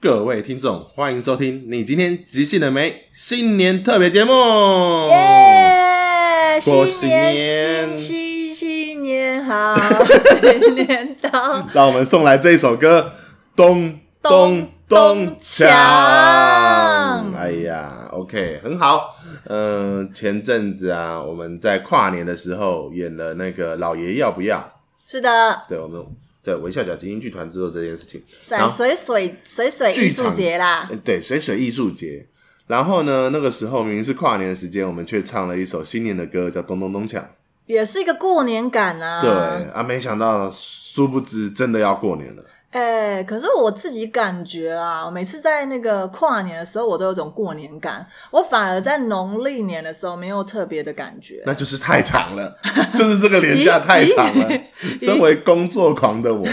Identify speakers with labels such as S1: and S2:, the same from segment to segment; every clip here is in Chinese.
S1: 各位听众，欢迎收听。你今天即兴了没？新年特别节目。
S2: 耶！
S1: 过
S2: 新
S1: 新年
S2: 年，新新新年好，新年到，
S1: 让我们送来这一首歌《咚咚
S2: 咚
S1: 咚锵
S2: 锵》。
S1: 哎呀，OK，很好。嗯、前阵子啊，我们在跨年的时候演了那个《老爷要不要》，
S2: 是的，
S1: 对，我们在微笑角精英剧团做这件事情。
S2: 在
S1: 然后
S2: 水水水水艺术节啦，
S1: 呃对，水水艺术节。然后呢，那个时候明明是跨年的时间，我们却唱了一首新年的歌，叫《咚咚咚锵》。
S2: 也是一个过年感啊。
S1: 对，啊，没想到，殊不知真的要过年了。
S2: 哎、可是我自己感觉啦，我每次在那个跨年的时候，我都有种过年感，我反而在农历年的时候没有特别的感觉。
S1: 那就是太长了， 就是这个廉价太长了。身为工作狂的我，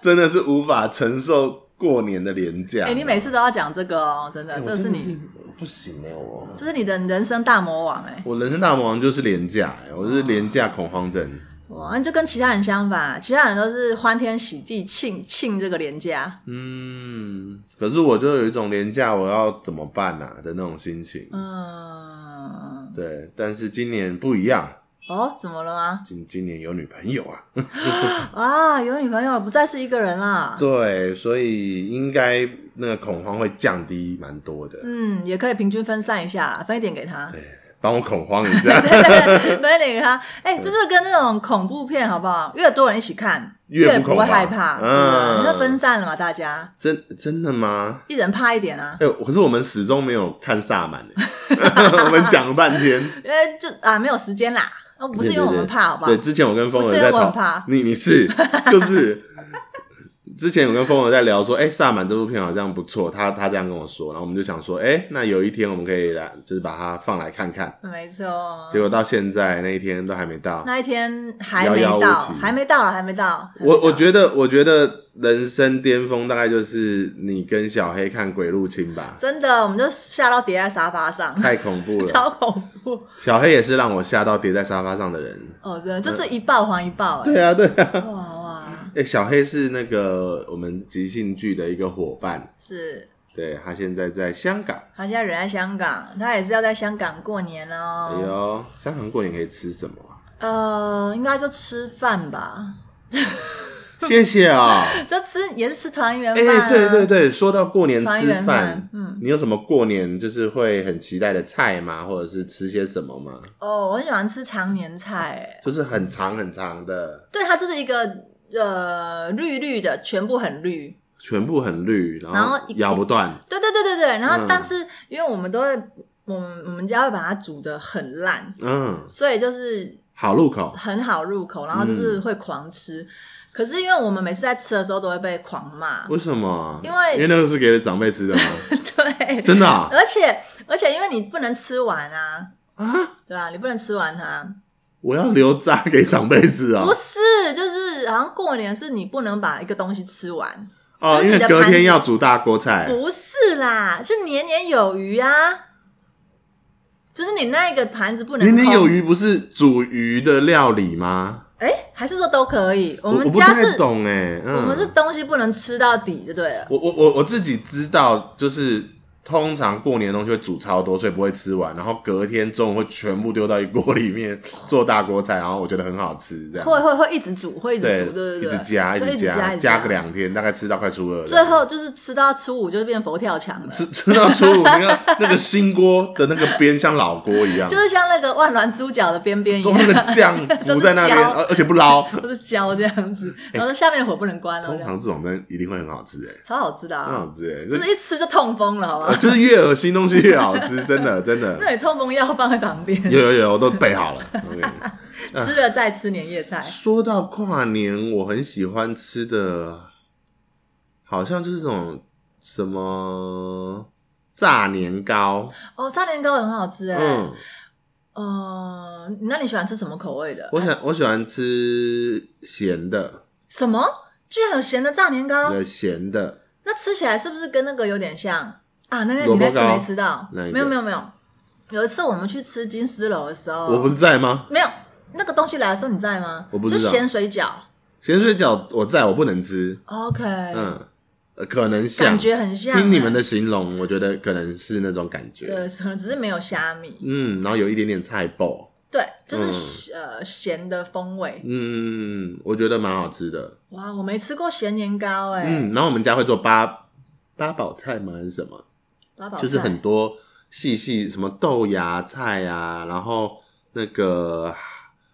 S1: 真的是无法承受过年的廉价。
S2: 哎、你每次都要讲这个哦，真的，
S1: 哎，
S2: 这
S1: 我
S2: 是
S1: 真的是
S2: 你，
S1: 不行哎、我
S2: 这是你的人生大魔王哎、
S1: 我人生大魔王就是廉价、哎
S2: 哦
S1: 我是廉价恐慌症。
S2: 哇，哦那就跟其他人相反，啊其他人都是欢天喜地庆庆这个年假。
S1: 嗯，可是我就有一种廉价我要怎么办啊的那种心情。
S2: 嗯，
S1: 对，但是今年不一样，
S2: 哦，怎么了吗？
S1: 今今年有女朋友啊。
S2: 啊，有女朋友了，不再是一个人啦。
S1: 对，所以应该那个恐慌会降低蛮多的。
S2: 嗯，也可以平均分散一下，分一点给他，
S1: 帮我恐慌一下，
S2: 分一点给他。哎、这就跟那种恐怖片好不好？越多人一起看，
S1: 越不
S2: 不
S1: 恐
S2: 会
S1: 慌
S2: 害怕。
S1: 嗯
S2: 嗯，那分散了嘛，大家
S1: 真真的吗？
S2: 一人怕一点啊。
S1: 哎、可是我们始终没有看萨满 欸，我们讲了半天。
S2: 因为就啊，没有时间啦。哦，不是因为我们怕，好不好
S1: 对，？之前我跟风儿
S2: 不是因
S1: 在
S2: 为我
S1: 讨
S2: 很怕，
S1: 你你是就是 之前我跟风儿在聊说，哎、萨满这部片好像不错，他他这样跟我说，然后我们就想说，哎、那有一天我们可以来，就是把它放来看看。
S2: 没错。
S1: 结果到现在那一天都还没到。
S2: 那一天还没
S1: 遥
S2: 到，
S1: 遥无期
S2: 还没到，还没到。
S1: 我我
S2: 得
S1: 觉得，我觉得人生巅峰大概就是你跟小黑看《鬼入侵》吧，
S2: 真的，我们就吓到跌在沙发上，
S1: 太恐怖了。
S2: 超恐怖。
S1: 小黑也是让我吓到跌在沙发上的人。
S2: 哦，真的，这是一爆还一爆、哎
S1: 对啊，对啊。
S2: 哇哇，
S1: 哎、小黑是那个我们即兴剧的一个伙伴，
S2: 是
S1: 对他现在在香港。
S2: 他现在人在香港，他也是要在香港过年
S1: 哎
S2: 哦。
S1: 呦，香港过年可以吃什么啊？
S2: 呃，应该就吃饭吧，
S1: 谢谢啊、
S2: 就吃也是吃团圆
S1: 哎、
S2: 饭、啊
S1: 对对，对，说到过年
S2: 团
S1: 吃
S2: 圆
S1: 饭
S2: 饭，，嗯。
S1: 你有什么过年就是会很期待的菜吗？或者是吃些什么吗？
S2: 哦，我很喜欢吃常年菜、哎
S1: 就是很长很长的，
S2: 对，它就是一个呃绿绿的，全部很绿，
S1: 全部很绿，然
S2: 然
S1: 后
S2: 后一
S1: 咬不断。
S2: 对对对对对，然后
S1: 嗯
S2: 但是因为我们都会，我们我们家会把它煮的很烂，
S1: 嗯，
S2: 所以就是
S1: 好入口。
S2: 很好入口，然后就是会狂吃。可是因为我们每次在吃的时候都会被狂骂，
S1: 为什么？
S2: 因为
S1: 因为那个是给长辈吃的吗？
S2: 对，
S1: 真的啊？
S2: 而且而且因为你不能吃完啊，
S1: 啊
S2: 对吧、你不能吃完它，
S1: 我要留渣给长辈吃啊？
S2: 不是，就是好像过年是你不能把一个东西吃完，
S1: 哦，因
S2: 就是你
S1: 为
S2: 的
S1: 隔
S2: 盘
S1: 天
S2: 子
S1: 要煮大锅菜，
S2: 不是啦，是年年有余啊。就是你那一个盘子不能
S1: 年年
S2: 空
S1: 有余不是煮鱼的料理吗？
S2: 哎、还是说都可以？我
S1: 我
S2: 们
S1: 不
S2: 家
S1: 太
S2: 是，我
S1: 懂哎，嗯啊
S2: 们是东西不能吃到底就对了。
S1: 我我我我自己知道，就是通常过年的东西会煮超多，所以不会吃完，然后隔天中午会全部丢到一锅里面做大锅菜，然后我觉得很好吃，这样
S2: 会会会一直煮，会一直
S1: 对
S2: 煮，对对
S1: 一
S2: 对，
S1: 直加
S2: 就
S1: 直
S2: 一直加，
S1: 加
S2: 一直加
S1: 个。两天，大概吃到快初二这
S2: 最
S1: 样，
S2: 后就是吃到初五就是变佛跳墙了，
S1: 吃吃到初五，那 个那个新锅的那个边像老锅一样
S2: 就，是像那个万峦猪脚的边边一
S1: 都
S2: 样，
S1: 那 个酱浮在那边，而
S2: 都是胶
S1: 而且不 捞。
S2: 都是焦这样子，然后下面的火不能关了，
S1: 哎通
S2: 这样
S1: 常这种灯一定会很好吃哎、
S2: 超好吃的
S1: 很好
S2: 啊！
S1: 吃哎、欸，这
S2: 就是一吃就痛风了，好
S1: 呃
S2: 吧？
S1: 就是越恶心东西越好吃，真的真的。
S2: 那你痛风药放在旁边，
S1: 有有有，我都备好了。OK
S2: 吃了再吃年夜菜。
S1: 说到跨年，我很喜欢吃的，好像就是这种什么炸年糕，
S2: 哦，炸年糕也很好吃哎。
S1: 嗯，
S2: 嗯，那你喜欢吃什么口味的？
S1: 我想我喜欢吃咸的，
S2: 什么？居然有咸的炸年糕？
S1: 对咸的，
S2: 那吃起来是不是跟那个有点像啊？那天
S1: 萝
S2: 你
S1: 卜
S2: 那次
S1: 糕
S2: 没吃到，
S1: 哪一个
S2: 没有没有没有。有一次我们去吃金丝楼的时候，
S1: 我不是在吗？
S2: 没有那个东西来的时候你在吗？
S1: 我不知道
S2: 就咸水饺。
S1: 咸水饺我在，我不能吃。
S2: OK，、
S1: 嗯，呃可能像，
S2: 感觉很像啊。
S1: 听你们的形容，我觉得可能是那种感觉。
S2: 对，可能只是没有虾米，
S1: 嗯，然后有一点点菜爆，
S2: 对，就是、呃咸的风味。
S1: 嗯，我觉得蛮好吃的。
S2: 哇，我没吃过咸年糕哎、
S1: 嗯，然后我们家会做八八宝菜吗？还是什么？
S2: 八宝
S1: 就是
S2: 菜
S1: 很多细细什么豆芽菜啊，然后那个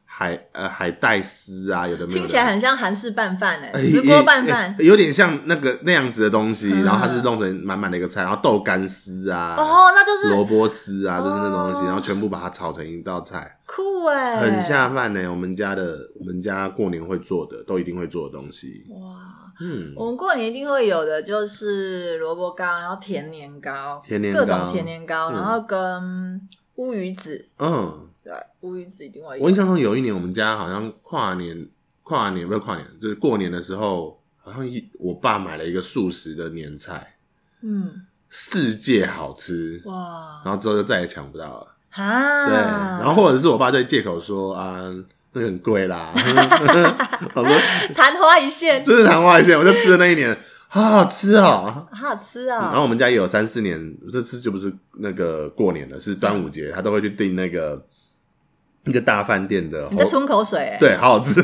S1: 海呃海带丝啊，有的没有的
S2: 听起来很像韩式拌饭哎、
S1: 哎
S2: 石锅拌
S1: 也
S2: 饭。
S1: 也有点像那个那样子的东西，
S2: 嗯
S1: 然后它是弄成满满的一个菜，然后豆干丝啊。
S2: 哦，那就是
S1: 萝卜丝啊，就是那种东西，
S2: 哦
S1: 然后全部把它炒成一道菜，
S2: 酷哎、
S1: 很下饭呢、我们家的，我们家过年会做的，都一定会做的东西。
S2: 哇！
S1: 嗯，
S2: 我们过年一定会有的，就是萝卜糕，然后甜年糕，
S1: 甜年糕
S2: 各种甜年糕，
S1: 嗯
S2: 然后跟乌鱼子，
S1: 嗯，
S2: 对，乌鱼子一定会有。
S1: 我印象中有一年，我们家好像跨年，跨年不是跨年，就是过年的时候，好像一我爸买了一个素食的年菜，
S2: 嗯，
S1: 世界好吃，
S2: 哇，
S1: 然后之后就再也抢不到了。
S2: 啊，
S1: 啊对，然后或者是我爸就会借口说啊，那个很贵啦。 我说
S2: 昙花一现，
S1: 就是昙花一现，我就吃了那一年，好好吃哦。
S2: 好好吃
S1: 然后
S2: 啊！
S1: 我们家也有三四年，这次就不是那个过年了，是端午节，他都会去订那个一个大饭店的
S2: 你在
S1: 猴
S2: 吞口水哎、，
S1: 对，好好吃。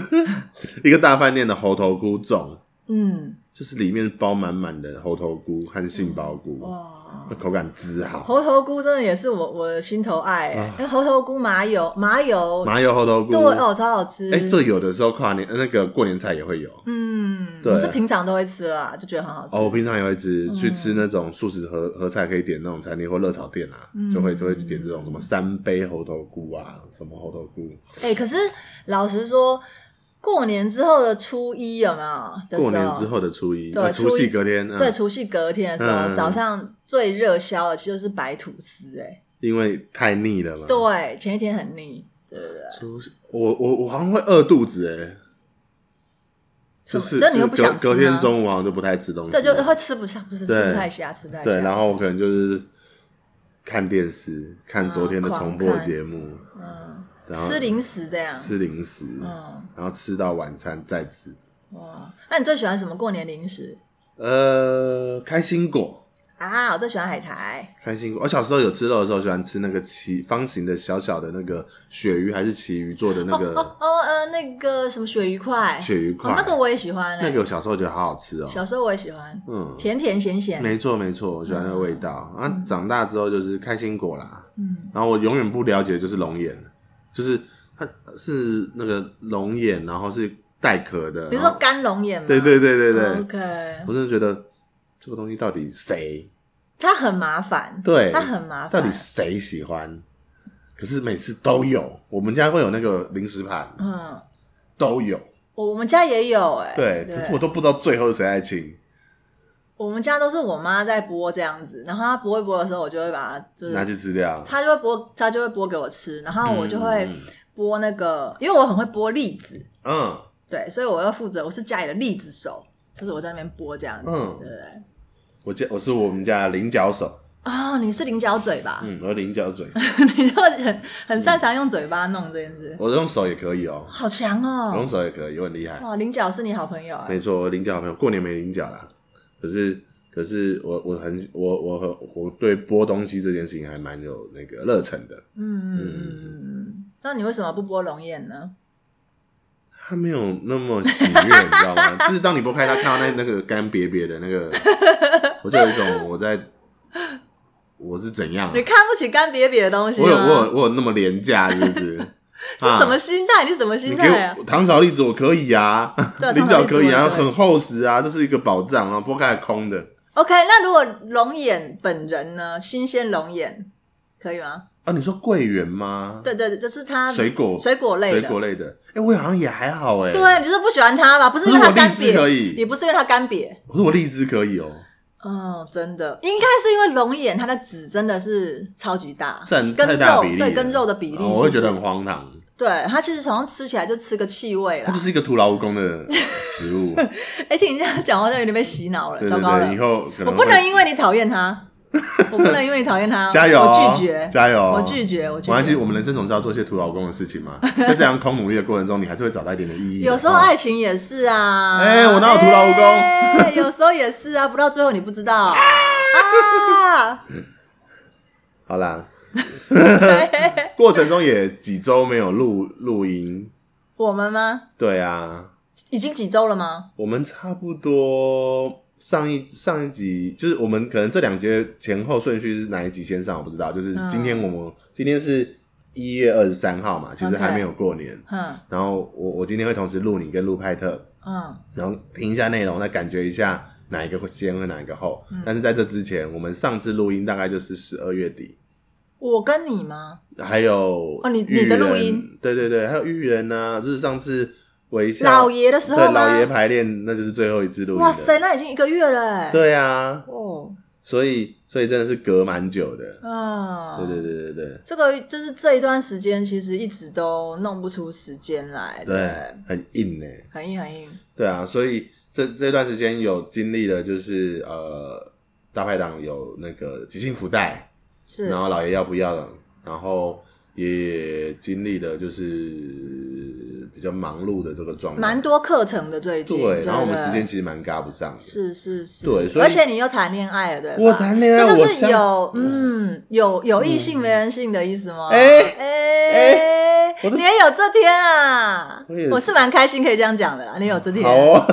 S1: 一个大饭店的猴头菇粽，
S2: 嗯，
S1: 就是里面包满满的猴头菇和杏鲍菇，
S2: 嗯哇
S1: 那。口感之好。
S2: 猴头菇真的也是我我的心头爱、欸，
S1: 啊
S2: 那、猴头菇麻油麻油，
S1: 麻油猴头菇，
S2: 对哦，超好吃。
S1: 哎，这有的时候跨年呃那个过年菜也会有。
S2: 嗯，
S1: 对
S2: 我是平常都会吃啦，就觉得很好吃。
S1: 哦，我平常也会吃，
S2: 嗯
S1: 去吃那种素食合合菜可以点那种餐厅或热炒店啊，
S2: 嗯
S1: 就会都会点这种什么三杯猴头菇啊，什么猴头菇。
S2: 哎、可是老实说，过年之后的初一有没有？的时
S1: 过
S2: 候，
S1: 年之后的初一，
S2: 对
S1: 呃
S2: 初一
S1: 除夕隔天，嗯
S2: 对，除夕隔天的时候，
S1: 嗯
S2: 早上最热销的其实就是白吐司、哎，
S1: 因为太腻了嘛。，
S2: 对，前一天很腻，对对对。
S1: 除夕我我我好像会饿肚子哎、就
S2: 什
S1: 是
S2: 么就你又不想吃
S1: 隔隔天
S2: 吗
S1: 中午好像就不太吃东西，
S2: 对，就会吃不下，不是吃
S1: 对
S2: 不太下，吃不太下。
S1: 对，然后我可能就是看电视，看
S2: 嗯
S1: 昨天的重播
S2: 狂看
S1: 节目，
S2: 嗯，
S1: 然后
S2: 吃零食这样。
S1: 吃零食，
S2: 嗯，
S1: 然后吃到晚餐再吃。
S2: 哇，那你最喜欢什么过年零食
S1: 呃，开心果，
S2: 啊？我最喜欢海苔，
S1: 开心果。我小时候有吃肉的时候，喜欢吃那个旗方形的小小的那个鳕鱼还是旗鱼做的那
S2: 哦
S1: 个
S2: 哦呃，那个什么鳕鱼块，
S1: 鳕鱼块，
S2: 哦，那个我也喜欢、欸，
S1: 那个我小时候觉得好好吃哦。
S2: 小时候我也喜欢，
S1: 嗯，
S2: 甜甜嗯咸咸，
S1: 没错没错，我喜欢那个味道。啊，长大之后就是开心果啦。
S2: 嗯，
S1: 然后我永远不了解的就是龙眼，就是它是那个龙眼，然后是带壳的。
S2: 比
S1: 然
S2: 如说哦
S1: 后
S2: 干龙眼嘛，
S1: 对对对对对，
S2: ，OK，
S1: 我真的觉得这个东西到底谁
S2: 它很麻烦，
S1: 对
S2: 它很麻
S1: 到
S2: 烦
S1: 底，谁喜欢？可是每次都有，我们家会有那个零食盘，
S2: 嗯，
S1: 都有。
S2: 我我们家也有哎，
S1: 对，可是我都不知道最后是谁爱亲，
S2: 我们家都是我妈在剥这样子，然后她剥一剥的时候，我就会把它就
S1: 拿
S2: 是。
S1: 去吃掉。
S2: 她就会剥，她就会剥给我吃，然后我就会
S1: 嗯
S2: 剥那个，因为我很会剥栗子，
S1: 嗯，
S2: 对，所以我要负责，我是家里的栗子手，就是我在那边剥这样子，
S1: 嗯
S2: 对不对？
S1: 我家我是我们家的菱角手，
S2: 啊、你是菱角嘴吧？
S1: 嗯，我是菱角嘴，
S2: 你就很很擅长用嘴巴弄这件事，
S1: 我用手也可以哦，
S2: 好强哦、
S1: 我用手也可以，我很厉害。
S2: 哇，菱角是你好朋友啊！
S1: 没错，我菱角好朋友，过年没菱角啦。可是，可是我我很我我很我对剥东西这件事情还蛮有那个热忱的。
S2: 嗯嗯嗯嗯嗯。那你为什么不剥龙眼呢？
S1: 他没有那么喜悦，你知道吗？ 就是当你剥开它，看到那那个干瘪瘪的那个，我就有一种我在我是怎样啊、
S2: 你看不起干瘪瘪的东西吗？
S1: 我有我有我有那么廉价，是不 是？
S2: 啊
S1: 啊
S2: 是什么心态？你是什么
S1: 你
S2: 心
S1: 给
S2: 态啊？
S1: 我糖炒栗子，我可以啊，
S2: 对
S1: 菱角可以啊，
S2: 糖炒栗子我可以
S1: 很厚实啊，这是一个宝藏啊，剥开来空的
S2: OK，那如果龙眼本人呢？新鲜龙眼可以吗？
S1: 啊。你说桂圆吗？
S2: 对对对，就是它
S1: 水果
S2: 水果类
S1: 水
S2: 的。
S1: 果类的。哎、我好像也还好哎、
S2: 对，，你就是不喜欢它吧？不是因为它
S1: 可是我
S2: 干
S1: 荔枝可以
S2: 瘪，也不是因为它干瘪。
S1: 我说我荔枝可以哦、
S2: 嗯，真的，应该是因为龙眼它的籽真的是超级大，
S1: 占
S2: 跟
S1: 太大
S2: 肉
S1: 比例了
S2: 对跟肉的比例，
S1: 哦我会觉得很荒唐。
S2: 对啊它其实好像吃起来就吃个气味
S1: 它
S2: 啦
S1: 就。是一个徒劳无功的食 物。
S2: 哎、听你这样讲话，就有点被洗脑了，
S1: 对
S2: 糟
S1: 对
S2: 糕了
S1: 对，以。后可
S2: 我
S1: 能
S2: 不能
S1: 会
S2: 因为你讨厌他，我不能因为讨厌他，
S1: 加油哦，
S2: 我拒绝，
S1: 加油哦，
S2: 我拒绝，我拒
S1: 没关系，
S2: 绝。
S1: 我们人生总是要做一些徒劳无功的事情 嘛。在这样空努力的过程中，你还是会找到一点点意义的。
S2: 有时候
S1: 哦
S2: 爱情也是啊，
S1: 哎我哪有徒劳无功哎
S2: 哎有时候也是啊，不到最后你不知道啊。
S1: 好 啦，过程中也几周没有录录音，
S2: 我们吗？
S1: 对啊，
S2: 已经几周了吗？
S1: 我们差不多上一上一集就是我们可能这两节前后顺序是哪一集先上我不知道，就是
S2: 嗯
S1: 今天我们、今天是一月二十三号嘛，其实
S2: OK
S1: 还没有过年。
S2: 嗯
S1: 然后我我今天会同时录你跟录派特，
S2: 嗯，
S1: 然后听一下内容，再感觉一下哪一个会先会哪一个后。
S2: 嗯
S1: 但是在这之前，我们上次录音大概就是十二月底，
S2: 我跟你吗？
S1: 还有
S2: 哦你
S1: 育人
S2: 你的录音，
S1: 对对对，还有玉人呐、就是上次微笑
S2: 老爷的时候
S1: 对
S2: 吗？
S1: 老爷排练，那就是最后一次录音
S2: 哇
S1: 了。
S2: 塞，那已经一个月了哎。
S1: 对啊，
S2: 哦，
S1: 所以所以真的是隔蛮久的。
S2: 嗯，
S1: 对对对对对
S2: 这个就是这一段时间，其实一直都弄不出时间来，
S1: 对，很硬呢、
S2: 很硬很硬，
S1: 对啊，所以这这段时间有经历的，就是呃，大排档有那个即兴福袋，
S2: 是
S1: 然后老爷要不要，然后也经历的就是比较忙碌的这个状态，
S2: 蛮多课程的最近，
S1: 对，然后我们
S2: 对
S1: 时间其实蛮赶不上的，
S2: 是是是，
S1: 对所以
S2: 而且你又谈恋爱了，对吧？
S1: 我谈恋爱
S2: 这就
S1: 我
S2: 是
S1: 相
S2: 有嗯有有异性没人性的意思吗？
S1: 哎
S2: 哎
S1: 我的
S2: 你也有这天啊
S1: 我也！是
S2: 我是蛮开心可以这样讲的啦，你有这天，
S1: 好 哦，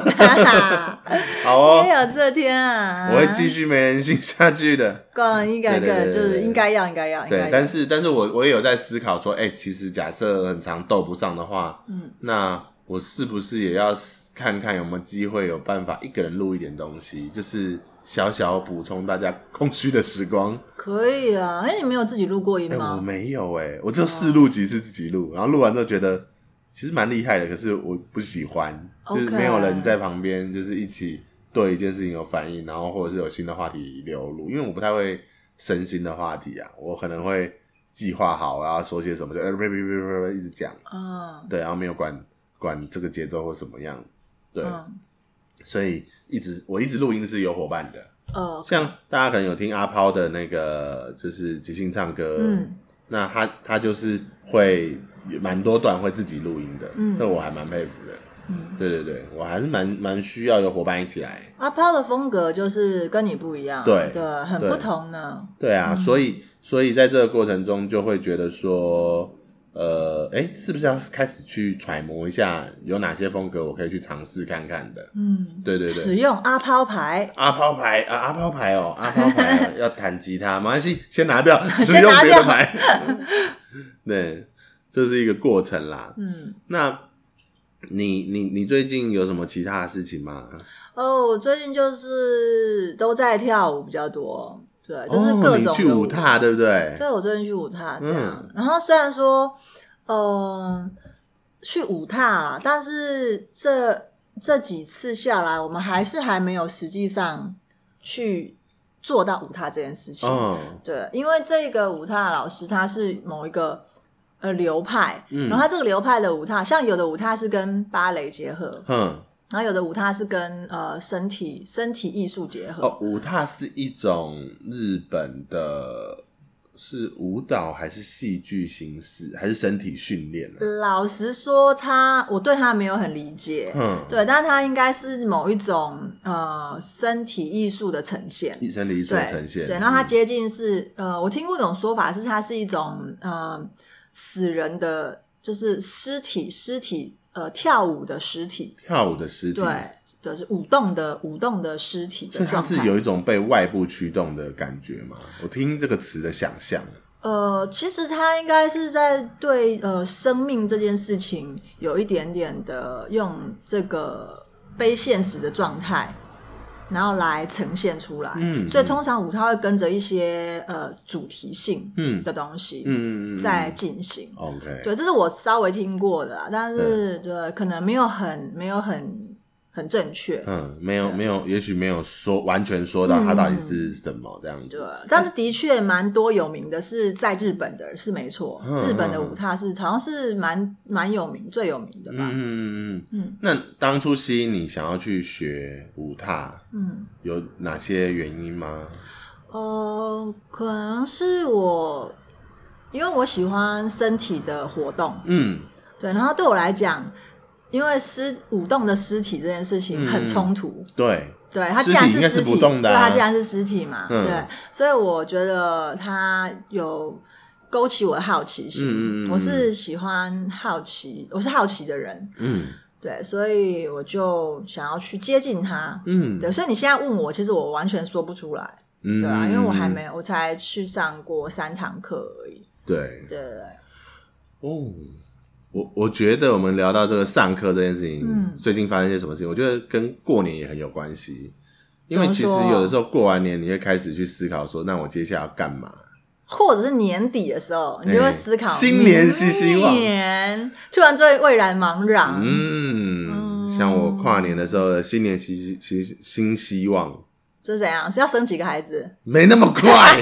S1: 好
S2: 你
S1: 哦，
S2: 也有这天啊！
S1: 我会继续没人性下去的。
S2: 逛一个
S1: 对
S2: 一
S1: 对
S2: 个，
S1: 对
S2: 就
S1: 对
S2: 是
S1: 对
S2: 应该要应该要应该
S1: 对
S2: 要，，
S1: 但是但是我我也有在思考说，哎、其实假设很长斗不上的话，
S2: 嗯，
S1: 那我是不是也要看看有没有机会有办法一个人录一点东西，就是小小补充大家空虚的时光。
S2: 可以啊。哎，你没有自己录过音
S1: 哎、我
S2: 吗？哦
S1: 没有哎、我就试录几次自己录，然后录完之后觉得其实蛮厉害的，可是我不喜欢，就是没有
S2: OK
S1: 人在旁边，就是一起对一件事情有反应，然后或者是有新的话题流露，因为我不太会身心的话题啊，我可能会计划好，然后说些什么就呃别别别别别一直讲，
S2: 嗯
S1: 对，然后没有管管这个节奏或什么样，对，
S2: 嗯
S1: 所以一直我一直录音是有伙伴的，
S2: 哦，
S1: 像大家可能有听阿抛的那个就是即兴唱歌，
S2: 嗯
S1: 那他他就是会蛮多段会自己录音的，
S2: 嗯
S1: 那我还蛮佩服的。
S2: 嗯。
S1: 对对对，我还是蛮蛮需要有伙伴一起来。
S2: 阿抛的风格就是跟你不一样，
S1: 对
S2: 对，很
S1: 对
S2: 不同呢。
S1: 对啊，所以所以在这个过程中就会觉得说，呃，哎，是不是要开始去揣摩一下有哪些风格我可以去尝试看看的？
S2: 嗯，
S1: 对对对。
S2: 使用阿抛牌，
S1: 阿抛牌啊，阿抛牌 哦，阿抛牌哦要弹吉他，没关系，先拿掉，使
S2: 先
S1: 用
S2: 拿
S1: 别的
S2: 掉
S1: 牌。 对，这是一个过程啦。
S2: 嗯，
S1: 那你你你最近有什么其他的事情吗？
S2: 哦，我最近就是都在跳舞比较多，对，就是
S1: 哦
S2: 各
S1: 你
S2: 种
S1: 去
S2: 的
S1: 舞踏，对不对？
S2: 对我最近去舞踏这样。
S1: 嗯
S2: 然后虽然说，嗯、去舞踏啦，但是这这几次下来，我们还是还没有实际上去做到舞踏这件事情。
S1: 嗯
S2: 对，因为这个舞踏老师他是某一个呃流派，
S1: 嗯
S2: 然后他这个流派的舞踏，像有的舞踏是跟芭蕾结合，
S1: 哼，
S2: 然后有的舞踏是跟呃身体身体艺术结合。
S1: 哦，舞踏是一种日本的，是舞蹈还是戏剧形式，还是身体训练啊呢？
S2: 老实说他，我对他没有很理解，
S1: 哼，
S2: 对，但他应该是某一种呃身体艺术的呈现。
S1: 一生理所
S2: 对
S1: 呈现。
S2: 对，然后它
S1: 嗯
S2: 接近是呃，我听过一种说法是它是一种呃死人的，就是尸体尸体呃跳舞的尸体，
S1: 跳舞的尸体，
S2: 对，就是舞动的舞动的尸体
S1: 所
S2: 的
S1: 以它
S2: 状
S1: 是
S2: 态。
S1: 有一种被外部驱动的感觉嘛？我听这个词的想象，
S2: 呃，其实他应该是在对呃生命这件事情有一点点的用这个非现实的状态，然后来呈现出来。
S1: 嗯
S2: 所以通常舞它会跟着一些呃主题性
S1: 嗯
S2: 的东西
S1: 嗯嗯嗯嗯嗯
S2: 在进行。
S1: ，OK，
S2: 对，这是我稍微听过的啦，但是对可能没有很没有很很正确。
S1: 嗯，没有没有，也许没有说完全说到它到底是什么这样
S2: 嗯对
S1: 子。，
S2: 但是的确蛮多有名的，是在日本的，是没错。
S1: 嗯
S2: 日本的舞踏是好像是蛮蛮有名、最有名的吧。
S1: 嗯嗯嗯嗯
S2: 嗯。
S1: 那当初吸引你想要去学舞踏，
S2: 嗯，
S1: 有哪些原因吗？
S2: 嗯、呃，可能是我，因为我喜欢身体的活动，
S1: 嗯，
S2: 对，然后对我来讲，因为尸舞动的尸体这件事情
S1: 嗯
S2: 很冲突，
S1: 对，
S2: 对，它既然
S1: 尸体应
S2: 是
S1: 该是
S2: 尸
S1: 不动的啊
S2: 对，它既然是尸体嘛，
S1: 嗯
S2: 对，所以我觉得它有勾起我的好奇心，
S1: 嗯嗯嗯嗯
S2: 我是喜欢好奇，我是好奇的人，
S1: 嗯
S2: 对，所以我就想要去接近它。
S1: 嗯，
S2: 对，所以你现在问我，其实我完全说不出来，
S1: 嗯
S2: 对啊，因为我还没有，我才去上过三堂课而已。
S1: 对
S2: 对对对，
S1: 哦。我我觉得我们聊到这个上课这件事情，
S2: 嗯
S1: 最近发生一些什么事情，我觉得跟过年也很有关系。因为
S2: 怎么
S1: 其实
S2: 说
S1: 有的时候过完年，你会开始去思考说，那我接下来要干嘛？
S2: 或者是年底的时候，你就
S1: 哎
S2: 会思考
S1: 新年新希望
S2: 明年突然对未来茫然。
S1: 嗯，
S2: 啊嗯
S1: 像我跨年的时候，新年新希新新希望，
S2: 就是怎样？是要生几个孩子？
S1: 没那么 快，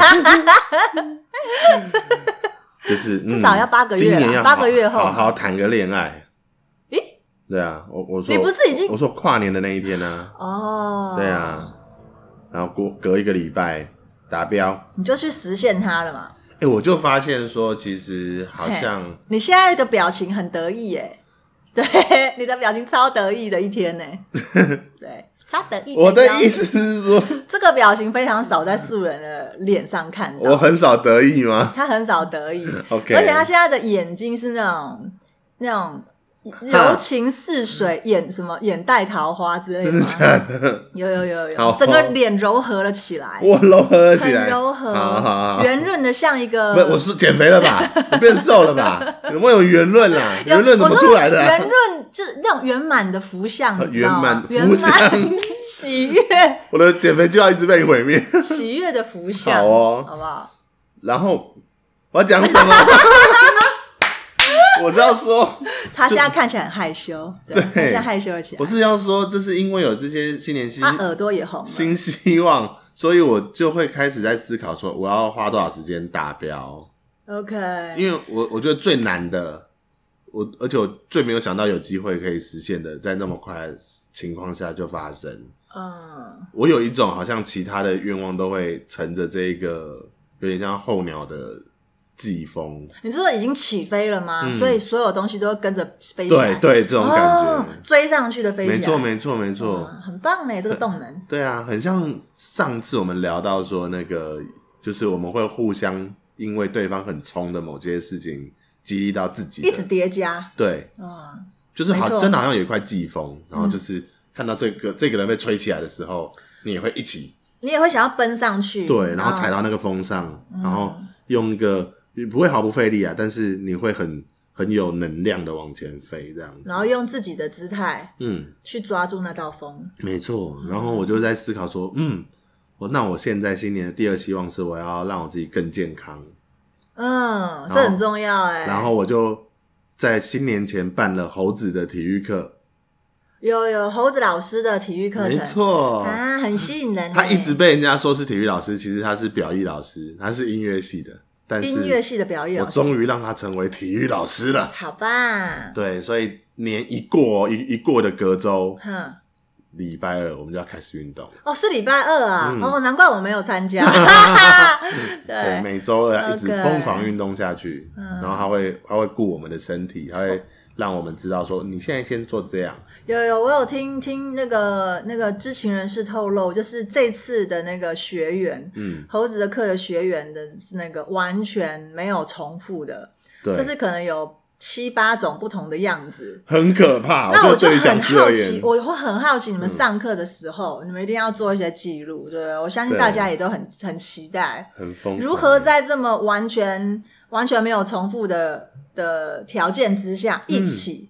S1: 就是嗯
S2: 至少要八个月
S1: 今
S2: 啦
S1: 年要好
S2: 八个月后
S1: 好好谈个恋爱。
S2: 咦，
S1: 对啊，我我说
S2: 你不是已经
S1: 我说跨年的那一天呢、
S2: 哦，
S1: 对，啊，然后过隔一个礼拜达标，
S2: 你就去实现它了嘛。
S1: 哎、我就发现说，其实好像
S2: 你现在的表情很得意耶， 对，你的表情超得意的一 天呢，对，超得意。
S1: 我的意，思是 说，
S2: 这个表情非常少在素人的脸上看
S1: 我
S2: 到，
S1: 很少得意吗
S2: 他很少 得意，
S1: ？OK，
S2: 而且他现在的眼睛是那种那种 柔情似水，眼什么眼带桃花之类
S1: 真的
S2: 吗
S1: 假的？
S2: 有有有
S1: 好
S2: 有，整个脸柔和了起来，
S1: 我柔和起来，
S2: 很柔和，
S1: 好好好。
S2: 圆润的像一个。
S1: 不是，我是减肥了吧？我变瘦了吧？有没有圆润啦？
S2: 有
S1: 圆润怎么
S2: 我说
S1: 出来的啊、啊
S2: 圆润就是那种圆满的福相，你知道吗
S1: 圆满福相
S2: 圆满 喜悦，
S1: 我的减肥计划一直被你毁灭。
S2: 喜悦的福相，
S1: 好哦，
S2: 好不好？
S1: 然后我要讲什么？ 我是要说，
S2: 他现在看起来很害羞，对，
S1: 对
S2: 他现在害羞了起
S1: 我
S2: 来，
S1: 是要说，就是因为有这些新年新
S2: 他耳朵也红了。
S1: 新希望，所以我就会开始在思考说，我要花多少时间达标？
S2: OK，
S1: 因为我我觉得最难的，我而且我最没有想到有机会可以实现的，在那么快的情况下就发生。
S2: 嗯，
S1: 我有一种好像其他的愿望都会乘着这一个有点像候鸟的季风，
S2: 你是说已经起飞了吗？
S1: 嗯
S2: 所以所有东西都跟着飞起来，
S1: 对，对，这种感
S2: 哦啊
S1: 觉，
S2: 追上去的飞起来，
S1: 没错没错没错，
S2: 哇很棒嘞，这个 动能，
S1: 对啊，很像上次我们聊到说那个，就是我们会互相因为对方很冲的某些事情激励到自己的，
S2: 一直叠加，
S1: 对，
S2: 哇，
S1: 就是
S2: 没
S1: 好
S2: 错嗯
S1: 真的好像有一块季风，然后就是看到这个这个人被吹起来的时候，你也会一起
S2: 你也会想要奔上去，嗯
S1: 对，然后踩到那个风上，然后用一个不会毫不费力啊，但是你会很很有能量的往前飞这样子。
S2: 然后用自己的姿态
S1: 嗯，
S2: 去抓住那道风。
S1: 没错。然后我就在思考说，嗯，我那我现在新年的第二希望是我要让我自己更健康，
S2: 嗯，
S1: 后
S2: 这很重要哎、
S1: 然后我就在新年前办了猴子的体育课，
S2: 有有猴子老师的体育课
S1: 没
S2: 程，
S1: 错。
S2: 啊，很吸引人欸、
S1: 他一直被人家说是体育老师，其实他是表意老师，他是音乐系的。但
S2: 音乐
S1: 是，
S2: 系的表演
S1: 我
S2: 老师，
S1: 终于让他成为体育老师了。
S2: 好吧？
S1: 对，所以年一过一一过的隔周，
S2: 哼，
S1: 礼拜二我们就要开始运动了。
S2: 哦，是礼拜二啊，
S1: 嗯
S2: 哦，难怪我没有 参加。
S1: 对，
S2: 对，嗯
S1: 每周二要一直
S2: OK
S1: 疯狂运动下去，然后他会他会顾我们的身体，他会让我们知道说，你现在先做这样，
S2: 有有，我有听听那个那个知情人士透露，就是这次的那个学员，
S1: 嗯，
S2: 猴子的课的学员的是那个完全没有重复的，
S1: 对，
S2: 就是可能有七八种不同的样子。
S1: 很可怕。
S2: 那
S1: 我
S2: 就
S1: 对于
S2: 很
S1: 讲师
S2: 好
S1: 而
S2: 奇
S1: 言，，嗯
S2: 我会很好奇你们上课的时候，你们一定要做一些记录，对不对？我相信
S1: 对嗯
S2: 大家也都很很期待，
S1: 很疯狂。
S2: 如何在这么完全完全没有重复的的条件之下，一
S1: 嗯
S2: 起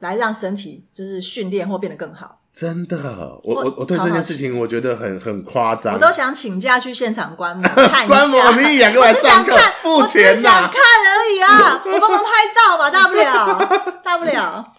S2: 来让身体就是训练或变得更好。
S1: 真的？我
S2: 我
S1: 我我对
S2: 超
S1: 这件
S2: 好奇
S1: 事情，我觉得很很夸张。
S2: 我都想请假去现场观摩看一下，
S1: 观摩屁呀，过来
S2: 我只想
S1: 上课
S2: 看，，
S1: 付
S2: 我只是
S1: 钱
S2: 想
S1: 呐、
S2: 看而 已啊！我帮忙拍照嘛，大不了，大不了。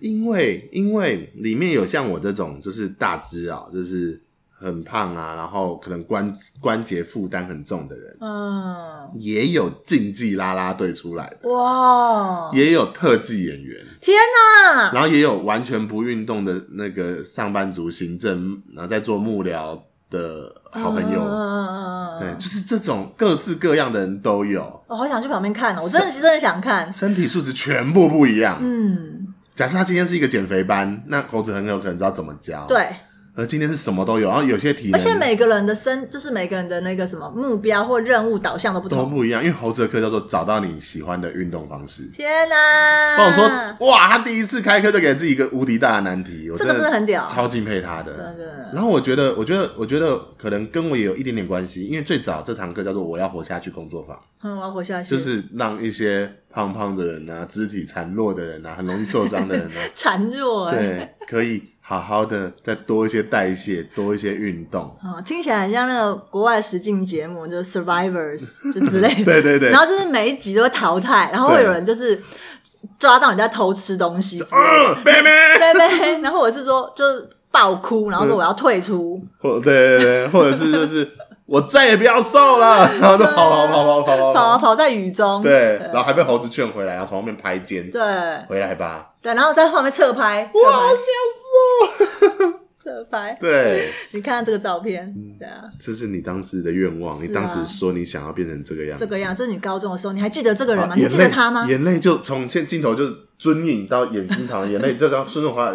S1: 因为因为里面有像我这种就是大只啊，就是很胖啊，然后可能关关节负担很重的人，
S2: 嗯，
S1: 也有竞技啦啦队出来的，
S2: 哇，
S1: 也有特技演员，
S2: 天哪！
S1: 然后也有完全不运动的那个上班族行政，然后在做幕僚的好朋友。
S2: 嗯嗯嗯嗯嗯嗯
S1: 对，就是这种各式各样的人都有，
S2: 我好想去旁边看哦，我真的真的想看。
S1: 身体素质全部不一样。
S2: 嗯，
S1: 假设他今天是一个减肥班，那猴子很有可能知道怎么教。，
S2: 对，
S1: 而今天是什么都有，然后有些体
S2: 而且
S1: 能
S2: 每个人的身，就是每个人的那个什么目标或任务导向都不
S1: 都
S2: 同。
S1: 不一样，因为猴子的课叫做找到你喜欢的运动方式。
S2: 天哪！
S1: 那我说，哇，他第一次开课就给自己一个无敌大的难题，我
S2: 这个真的很屌，
S1: 超敬佩他
S2: 真
S1: 的。
S2: 的，
S1: 然后我觉得，我觉得，我觉得可能跟我也有一点点关系，因为最早这堂课叫做“我要活下去”工作坊，
S2: 嗯，我要活下去。
S1: 就是让一些胖胖的人啊、肢体孱弱的人啊、很容易受伤的人啊，
S2: 孱弱、欸，，
S1: 对，可以好好的再多一些代谢，多一些运动。
S2: 哦，听起来很像那个国外实境节目，就是 Survivors 就之类 的。
S1: 对对对
S2: 然，后就是每一集都会淘汰，然后会有人就是抓到你在偷吃东西之类的，
S1: 嗯，妹妹，
S2: 对对。然后我是说，就是爆哭，然后说我要退出。
S1: 或对对对，或者是就是 我再也不要瘦了，然后就跑跑跑跑跑跑
S2: 跑啊
S1: 跑，
S2: 跑在雨中，
S1: 哦对，然后还被猴子劝回来，然后从后面拍肩，
S2: 对
S1: 回来吧，
S2: 对，然后在后面侧拍，
S1: 我
S2: 侧
S1: 好
S2: 拍
S1: 想瘦。
S2: 侧 拍，
S1: 对，
S2: 你看这个照片，
S1: 嗯
S2: 对啊，
S1: 这是你当时的愿望，
S2: 是啊
S1: 你当时说你想要变成这个样
S2: 这
S1: 子，
S2: 个样，这是你高中的时候，你还记得这个人吗？
S1: 啊
S2: 你
S1: 眼
S2: 记得
S1: 泪
S2: 他吗？
S1: 眼泪就从现镜头就尊影到眼睛旁，眼泪就这样顺顺滑，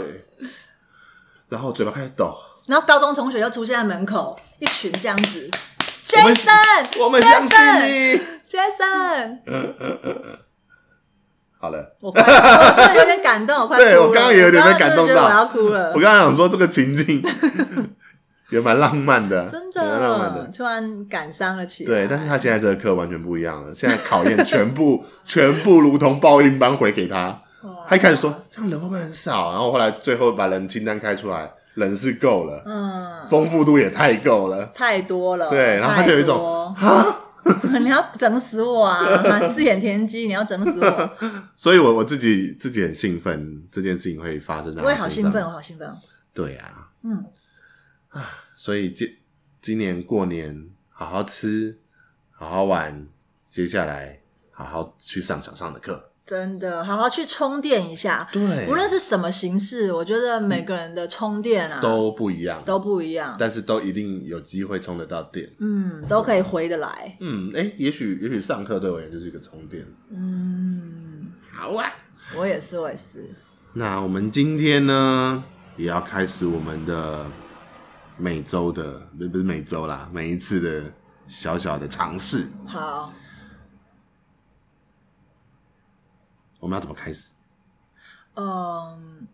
S1: 然后嘴巴开始抖。
S2: 然后高中同学又出现在门口，一群这样子
S1: 我们
S2: ，Jason，Jason，Jason。
S1: 我们相信你。好了，
S2: 我快，我真的有点感动，我快哭了。
S1: 对我刚刚也有点被感动到
S2: 我刚刚真的觉得我要
S1: 我
S2: 哭了，
S1: 刚刚想说这个情境 也蛮浪漫的，
S2: 真
S1: 也蛮浪漫
S2: 的
S1: 的。，
S2: 突然感伤了起来。
S1: 对，但是他现在这个课完全不一样了，现在考验全部 全部如同报应般回给他。
S2: 哇
S1: 他一开始说这样人会不会很少，然后后来最后把人清单开出来，人是够了，
S2: 嗯，
S1: 丰富度也太够了。
S2: 太多了，
S1: 对然后他就有一 种
S2: 种，你要整死 我啊！啊四眼田鸡，你要整死我！
S1: 所以我我自己自己很兴奋，这件事情会发生在他
S2: 我也好
S1: 身
S2: 兴
S1: 上
S2: 奋，我好兴奋哦。
S1: 对啊，
S2: 嗯，
S1: 所以今今年过年好好吃，好好玩，接下来好好去上想上的课。
S2: 真的，好好去充电一下。
S1: 对
S2: 无论是什么形式，我觉得每个人的充电啊，
S1: 都不一样，
S2: 都不一样。
S1: 但是都一定有机会充得到电。
S2: 嗯，都可以回得来。
S1: 嗯，哎、也许也许上课对我而言就是一个充电。
S2: 嗯，
S1: 好啊，
S2: 我也是，我也是。
S1: 那我们今天呢，也要开始我们的每周的，不不是每周啦，每一次的小小的尝试。
S2: 好，
S1: 我们要怎么开始？
S2: 嗯，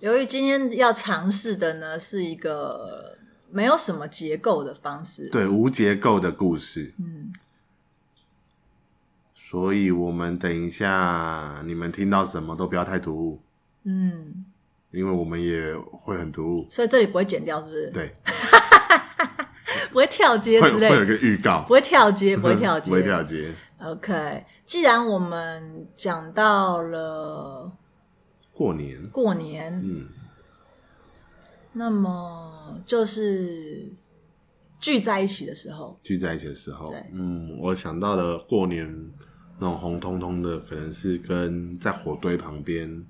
S2: 由于今天要尝试的呢是一个没有什么结构的方式，，
S1: 对，无结构的故事。
S2: 嗯，
S1: 所以我们等一下，你们听到什么都不要太突兀，
S2: 嗯，
S1: 因为我们也会很突兀。
S2: 所以这里不会剪掉，是不是？，
S1: 对，
S2: 不会跳接
S1: 会
S2: 之类
S1: 会有一
S2: 的，
S1: 个预告嗯
S2: 不，会跳接，不会跳接，
S1: 不会跳接。
S2: OK，既然我们讲到了
S1: 过年，
S2: 过年，
S1: 嗯，
S2: 那么就是聚在一起的时候，
S1: 聚在一起的时候
S2: 对，
S1: 嗯，我想到了过年那种红彤彤的，可能是跟在火堆旁边，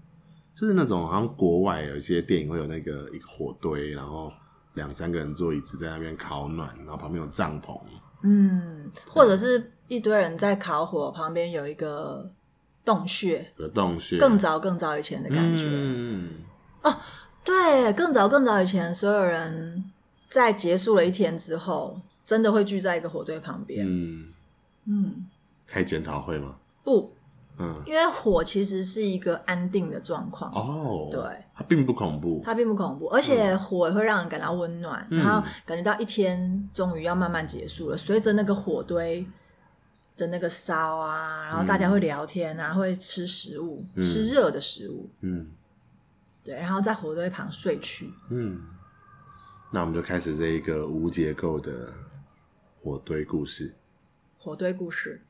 S1: 就是那种好像国外有一些电影会有那个一个火堆，然后两三个人坐椅子在那边烤暖，然后旁边有帐篷，
S2: 嗯，或者是一堆人在烤火，旁边有一个洞穴，
S1: 有个洞穴，
S2: 更早更早以前的感觉。
S1: 嗯
S2: 对，更早更早以前，所有人在结束了一天之后，真的会聚在一个火堆旁边。
S1: 嗯，
S2: 嗯，
S1: 开检讨会吗？
S2: 不，
S1: 嗯，
S2: 因为火其实是一个安定的状况。
S1: 哦，
S2: 对，
S1: 它并不恐怖，
S2: 它并不恐怖，而且火也会让人感到温暖，
S1: 嗯
S2: 然后感觉到一天终于要慢慢结束了。随着那个火堆的那个烧啊，然后大家会聊天啊，会吃食物，
S1: 嗯
S2: 吃热的食物，
S1: 嗯
S2: 对，然后在火堆旁睡去。
S1: 嗯，那我们就开始这一个无结构的火堆故事。
S2: 火堆故事，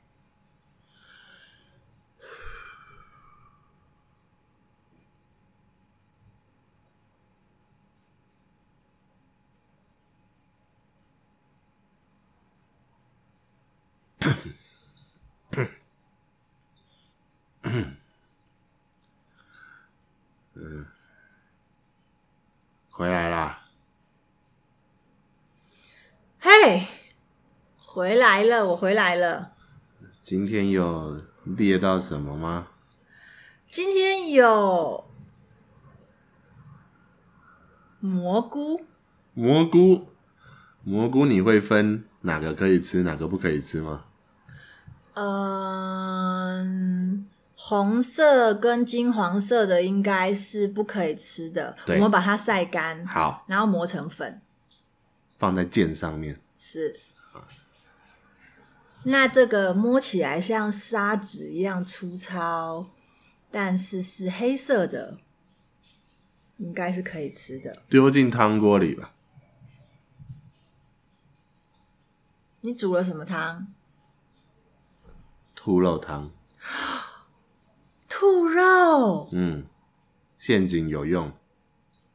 S1: 回来啦，
S2: 嘿，回来了，我回来了。
S1: 今天有列到什么吗？
S2: 今天有蘑菇，
S1: 蘑菇，蘑菇你会分哪个可以吃，哪个不可以吃吗？
S2: 嗯，红色跟金黄色的应该是不可以吃的，我
S1: 对
S2: 们把它晒干，
S1: 好，
S2: 然后磨成粉。
S1: 放在剑上面，
S2: 是。那这个摸起来像砂纸一样粗糙，但是是黑色的，应该是可以吃的。
S1: 丢进汤锅里吧。
S2: 你煮了什么汤？
S1: 兔肉汤，
S2: 兔肉，
S1: 嗯，陷阱有用，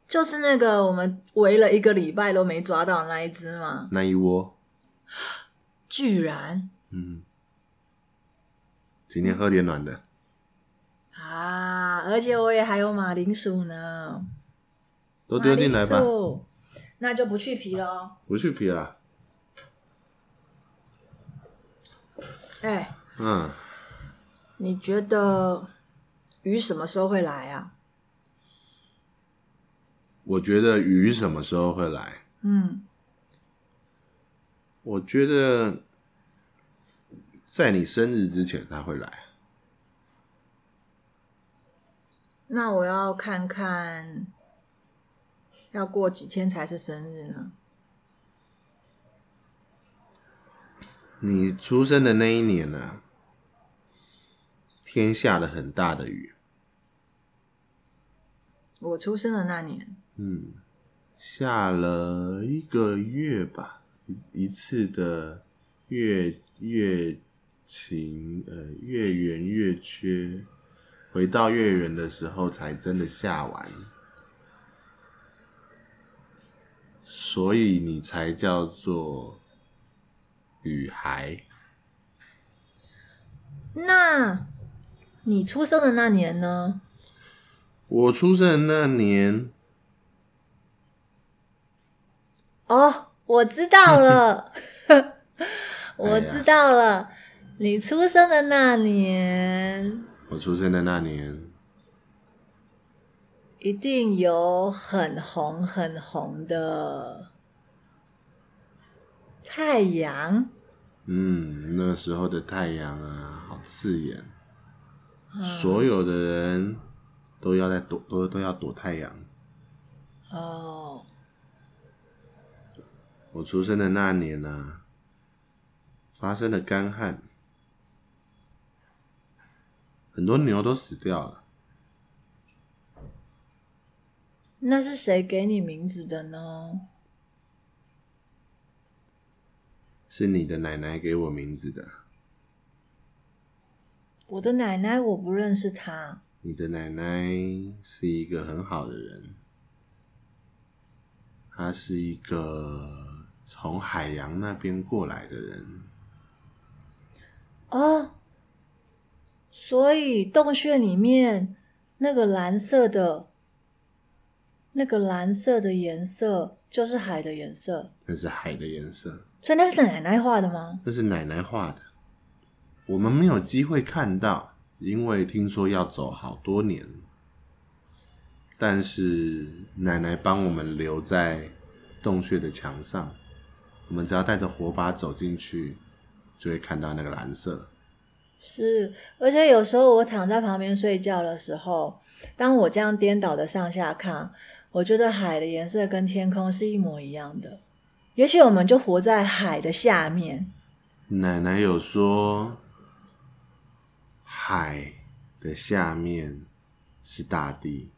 S2: 就是那个我们围了一个礼拜都没抓到的那一只吗？
S1: 那一窝，
S2: 居然
S1: 嗯，今天喝点暖的，
S2: 啊！而且我也还有马铃薯呢，
S1: 都丢进来吧
S2: 马铃，薯，那就不去皮了哦。
S1: 不去皮了。
S2: 哎、
S1: 嗯，
S2: 你觉得鱼什么时候会来啊？
S1: 我觉得鱼什么时候会来？
S2: 嗯，
S1: 我觉得在你生日之前它会来。
S2: 那我要看看，要过几天才是生日呢？
S1: 你出生的那一年呢、天下了很大的雨，
S2: 我出生的那年，
S1: 嗯，下了一个月吧，一一次的月月晴，呃，月圆月缺，回到月圆的时候才真的下完，所以你才叫做雨孩。
S2: 那你出生的那年呢？
S1: 我出生的那年，
S2: 哦，我知 道了，
S1: 哎
S2: 我知道了，你出生的那年
S1: 我出生的那年，
S2: 一定有很红很红的太阳，
S1: 嗯，那时候的太阳啊，好刺眼，
S2: 啊
S1: 所有的人都要在躲，都都要躲太阳。
S2: 哦，
S1: 我出生的那年啊，发生了干旱，很多牛都死掉了。
S2: 那是谁给你名字的呢？
S1: 是你的奶奶给我名字的，
S2: 我的奶奶，我不认识她。
S1: 你的奶奶是一个很好的人，她是一个从海洋那边过来的人。
S2: 哦，所以洞穴里面那个蓝色的，那个蓝色的颜色就是海的颜色，
S1: 那是海的颜色，
S2: 所以那是奶奶画的吗？
S1: 那是奶奶画的。我们没有机会看到，因为听说要走好多年。但是奶奶帮我们留在洞穴的墙上，我们只要带着火把走进去，就会看到那个蓝色。
S2: 是，而且有时候我躺在旁边睡觉的时候，当我这样颠倒的上下看，我觉得海的颜色跟天空是一模一样的。也许我们就活在海的下面，
S1: 奶奶有说，海的下面是大地，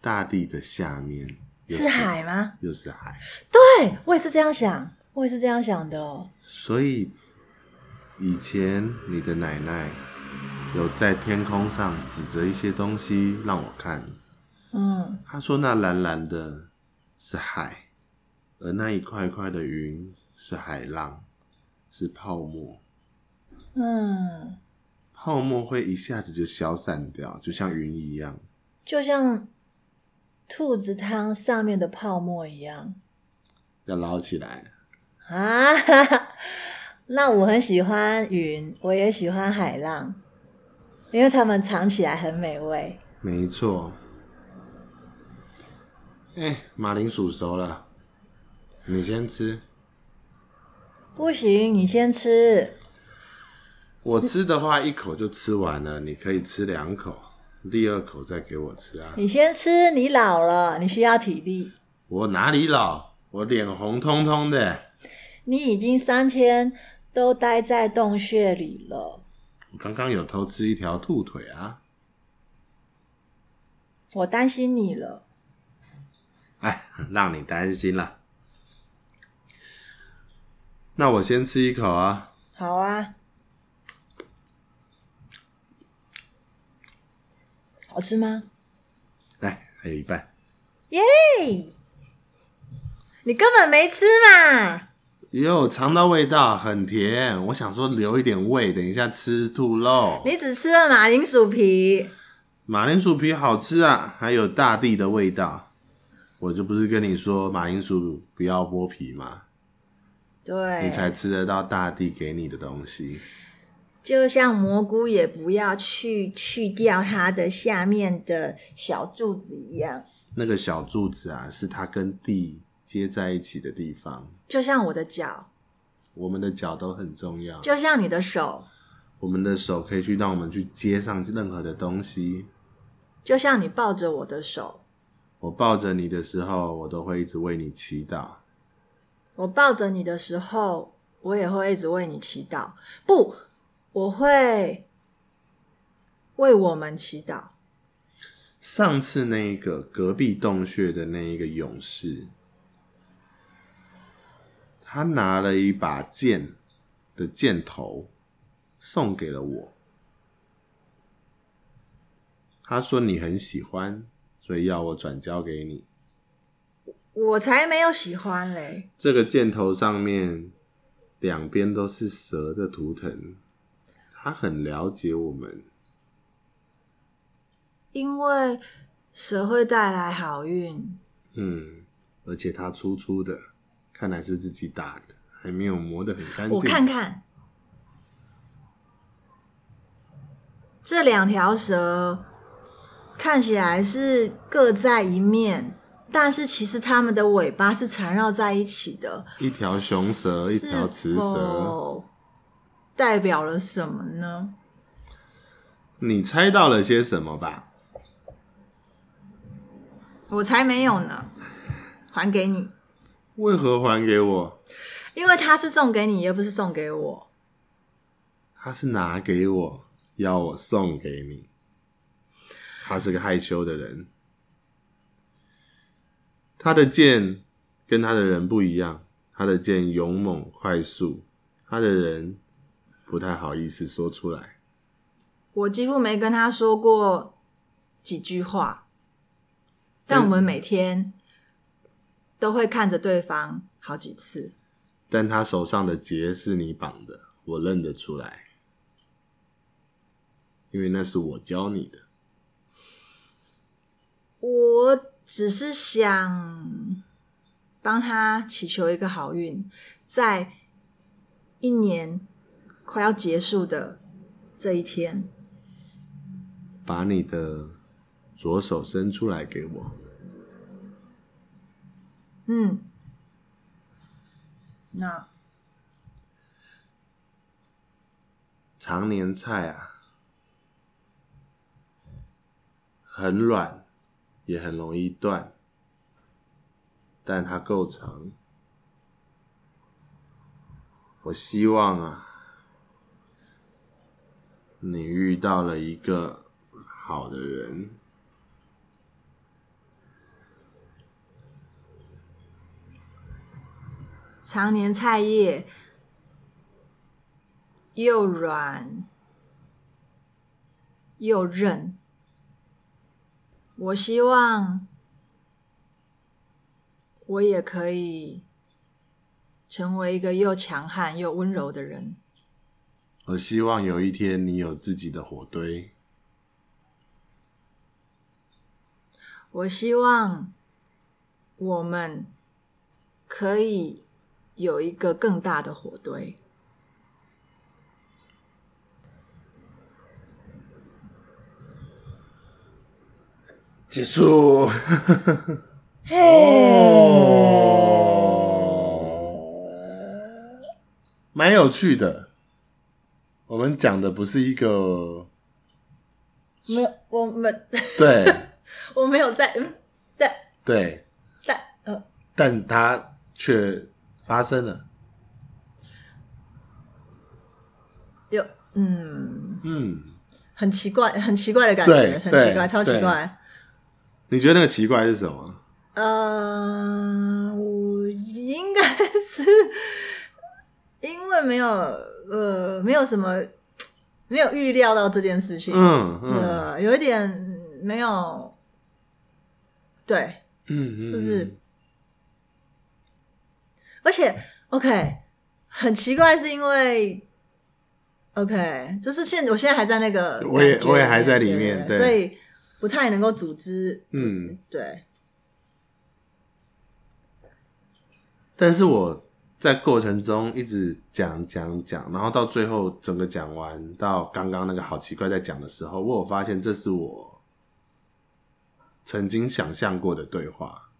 S1: 大地的下面又
S2: 是海吗？
S1: 又是海。
S2: 对，我也是这样想，我也是这样想的哦。
S1: 所以以前你的奶奶有在天空上指着一些东西让我看，
S2: 嗯，
S1: 她说那蓝蓝的是海，而那一块一块的云是海浪，是泡沫。
S2: 嗯，
S1: 泡沫会一下子就消散掉，就像云一样。
S2: 就像兔子汤上面的泡沫一样
S1: 要捞起来，
S2: 啊！哈哈， 那我很喜欢云，我也喜欢海浪，因为它们尝起来很美味。
S1: 没错。哎、马铃薯熟了，你先吃。
S2: 不行，你先吃。
S1: 我吃的话，一口就吃完了，你可以吃两口，第二口再给我吃啊。
S2: 你先吃，你老了，你需要体力。
S1: 我哪里老？我脸红彤彤的。
S2: 你已经三天都待在洞穴里了。
S1: 我刚刚有偷吃一条兔腿啊！
S2: 我担心你了。
S1: 哎，让你担心了。那我先吃一口啊。
S2: 好啊，好吃吗？
S1: 来，哎还有一半，
S2: 嘿，你根本没吃嘛！
S1: 有尝到味道，很甜。我想说留一点味，等一下吃兔肉。
S2: 你只吃了马铃薯皮。
S1: 马铃薯皮好吃啊，还有大地的味道。我就不是跟你说马铃薯不要剥皮吗？
S2: 对，
S1: 你才吃得到大地给你的东西。
S2: 就像蘑菇也不要去去掉它的下面的小柱子一样，
S1: 那个小柱子啊，是它跟地接在一起的地方。
S2: 就像我的脚，
S1: 我们的脚都很重要，
S2: 就像你的手，
S1: 我们的手可以去让我们去接上任何的东西。
S2: 就像你抱着我的手，
S1: 我抱着你的时候，我都会一直为你祈祷。
S2: 我抱着你的时候，我也会一直为你祈祷。不，我会为我们祈祷。
S1: 上次那一个隔壁洞穴的那一个勇士，他拿了一把剑的箭头送给了我。他说你很喜欢，所以要我转交给你。
S2: 我才没有喜欢嘞，
S1: 这个箭头上面两边都是蛇的图腾，他很了解我们。
S2: 因为蛇会带来好运。
S1: 嗯，而且它粗粗的，看来是自己打的，还没有磨得很干净。
S2: 我看，看，这两条蛇看起来是各在一面，但是其实它们的尾巴是缠绕在一起的。
S1: 一条雄蛇，一条雌
S2: 是
S1: 蛇，
S2: 哦否代表了什么呢？
S1: 你猜到了些什么吧？
S2: 我才没有呢，还给你，
S1: 为何还给我？
S2: 因为它是送给你，又不是送给我。
S1: 他是拿给我，要我送给你。他是个害羞的人，他的剑跟他的人不一样，他的剑勇猛快速，他的人不太好意思说出来。
S2: 我几乎没跟他说过几句话，但我们每天都会看着对方好几次。
S1: 但他手上的结是你绑的，我认得出来，因为那是我教你的。
S2: 我只是想帮他祈求一个好运，在一年快要结束的这一天，
S1: 把你的左手伸出来给我，
S2: 嗯，那
S1: 常年菜啊，很软，也很容易断，但它够长。我希望啊，你遇到了一个好的人。
S2: 常年菜叶又软又韧。我希望我也可以成为一个又强悍又温柔的人。
S1: 我希望有一天你有自己的火堆，
S2: 我希望我们可以有一个更大的火堆。
S1: 结束。
S2: 嘿，
S1: 哦蛮有趣的。我们讲的不是一个
S2: 没有，我们
S1: 对
S2: 我没有在，嗯，但
S1: 对，
S2: 但呃，
S1: 但它却发生了。
S2: 有，嗯，
S1: 嗯，
S2: 很奇怪，很奇怪的感觉，
S1: 对
S2: 很
S1: 对
S2: 奇怪，超奇
S1: 对
S2: 怪。
S1: 你觉得那个奇怪是什么？
S2: 呃，我应该是因为没有呃，没有什么没有预料到这件事情，
S1: 嗯嗯
S2: 呃，有一点没有，对，
S1: 嗯，嗯
S2: 就是而且 OK，很奇怪，是因为 OK，就是现我现在还在那个感觉里面，
S1: 我也我也还在里面对
S2: 对所以不太能够组织，
S1: 嗯，
S2: 对，
S1: 但是我在过程中一直讲讲讲，然后到最后整个讲完到刚刚那个好奇怪在讲的时候，我有发现这是我曾经想象过的对话。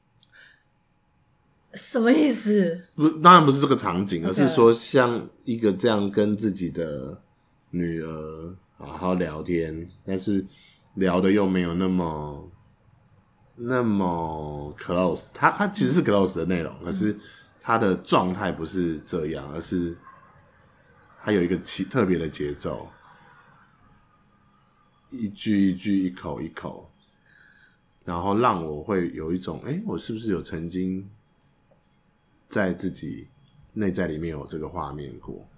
S2: 什么意思？
S1: 不，当然不是这个场景，而
S2: OK
S1: 是说像一个这样跟自己的女儿好好聊天，但是聊的又没有那么那么 close。他他其实是 close 的内容，可是他的状态不是这样，而是他有一个奇特别的节奏，一句一句，一口一口，然后让我会有一种，哎、我是不是有曾经在自己内在里面有这个画面过？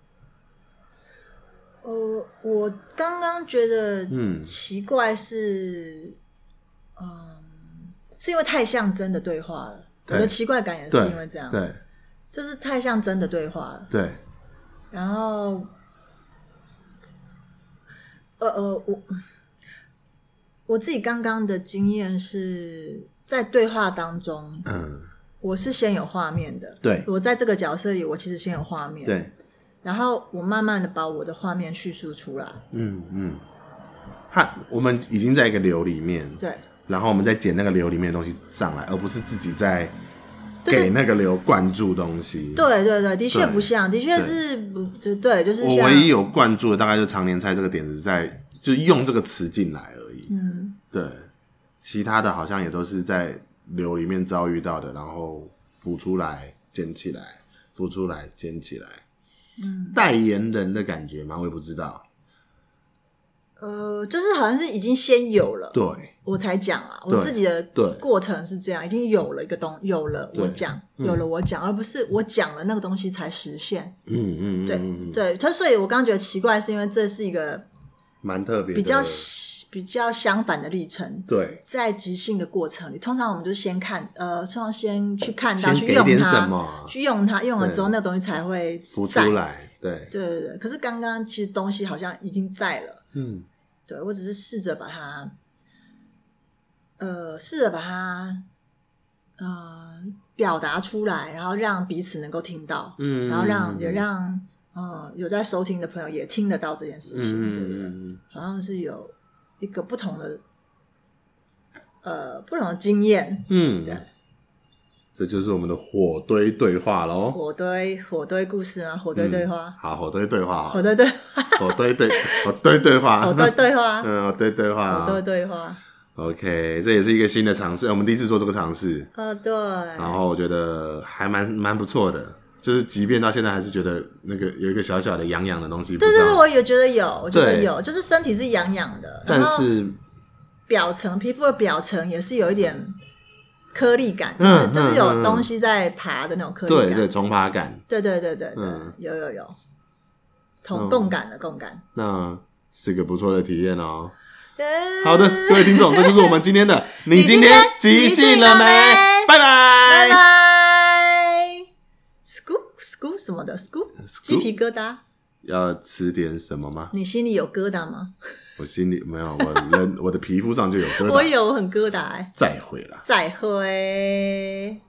S2: 呃，我刚刚觉得
S1: 嗯
S2: 奇怪是，嗯是因为太像真的对话了。我
S1: 对
S2: 的奇怪感也是
S1: 对，
S2: 因为这样，
S1: 对
S2: 就是太像真的对话了。
S1: 对，
S2: 然后，呃呃，我我自己刚刚的经验是在对话当中，
S1: 嗯，
S2: 我是先有画面的。
S1: 对
S2: 我在这个角色里，我其实先有画面，。
S1: 对，
S2: 然后我慢慢的把我的画面叙述出来，
S1: 嗯嗯。他我们已经在一个流里面，
S2: 对，
S1: 然后我们再捡那个流里面的东西上来，而不是自己在
S2: 对
S1: 给那个流灌注东西。
S2: 对对对，的确
S1: 对
S2: 不像，的确是不就对，就是
S1: 我
S2: 像
S1: 唯一有灌注的大概就常年菜这个点子在，就用这个词进来而已。
S2: 嗯，
S1: 对，其他的好像也都是在流里面遭遇到的，然后浮出来，捡起来，浮出来，捡起来。嗯，代言人的感觉吗？我也不知道。
S2: 呃，就是好像是已经先有了，
S1: 对，
S2: 我才讲啊，
S1: 对
S2: 我自己的
S1: 对
S2: 过程是这样，已经有了一个东，有了
S1: 对嗯
S2: 我讲，有了我讲，而不是我讲了那个东西才实现。
S1: 嗯嗯，嗯
S2: 对、
S1: 嗯嗯
S2: 对，他所以我刚刚觉得奇怪，是因为这是一个
S1: 蛮特别的，
S2: 比较比较相反的历程。
S1: 对，
S2: 在即兴的过程里，通常我们就先看，呃，通常先去看到，
S1: 先
S2: 去
S1: 给
S2: 用
S1: 点什
S2: 它，
S1: 么
S2: 去用它，用了
S1: 对
S2: 之后，那个东西才会
S1: 浮出
S2: 在。
S1: 来，对，
S2: 对对对，可是刚刚其实东西好像已经在了。
S1: 嗯，
S2: 对我只是试着把它，呃，试着把它，呃，表达出来，然后让彼此能够听到，
S1: 嗯，
S2: 然后让也
S1: 嗯
S2: 让呃有在收听的朋友也听得到这件事
S1: 嗯嗯
S2: 情，对不
S1: 嗯
S2: 对？
S1: 嗯
S2: 好像是有一个不同的，呃，不同的经验。
S1: 嗯，
S2: 对
S1: 嗯这就是我们的火堆对话喽。
S2: 火堆火堆故事啊，火堆对话，
S1: 好，火堆对话好
S2: 火
S1: 了，
S2: 堆对
S1: 火堆对，火堆对话，
S2: 火堆对 话，
S1: 嗯，火堆对话，
S2: 火堆对话，
S1: OK，这也是一个新的尝试，我们第一次做这个尝试，
S2: 呃，对，
S1: 然后我觉得还蛮蛮不错的，就是即便到现在还是觉得那个有一个小小的痒痒的东西，
S2: 对
S1: 不知
S2: 对对，
S1: 道
S2: 我也觉得有，我觉得
S1: 对
S2: 有，就是身体是痒痒的，然
S1: 但
S2: 后
S1: 是
S2: 表层皮肤的表层也是有一点颗粒感，就
S1: 嗯
S2: 是就是
S1: 嗯嗯
S2: 有
S1: 嗯
S2: 东西在爬的那种颗粒
S1: 对
S2: 感
S1: 对，重爬感，
S2: 对对对对对
S1: 嗯，
S2: 有有有，同共感的共感。
S1: 那是个不错的体验哦。
S2: 耶
S1: 好的，各位听众，这就是我们今天 的，你
S2: 嗯今
S1: 今
S2: 天
S1: 天
S2: 即
S1: 即
S2: 兴
S1: 兴
S2: 了
S1: 了
S2: 没
S1: 没？拜拜
S2: 拜拜。Scoop scoop 什么的 scoop，鸡皮疙瘩，
S1: 要吃点什么吗？
S2: 你心里有疙瘩吗？
S1: 我心里没有， 我人我的皮肤上就有疙
S2: 我
S1: 瘩。
S2: 有，我很疙瘩、欸。
S1: 再会啦。
S2: 哎再会。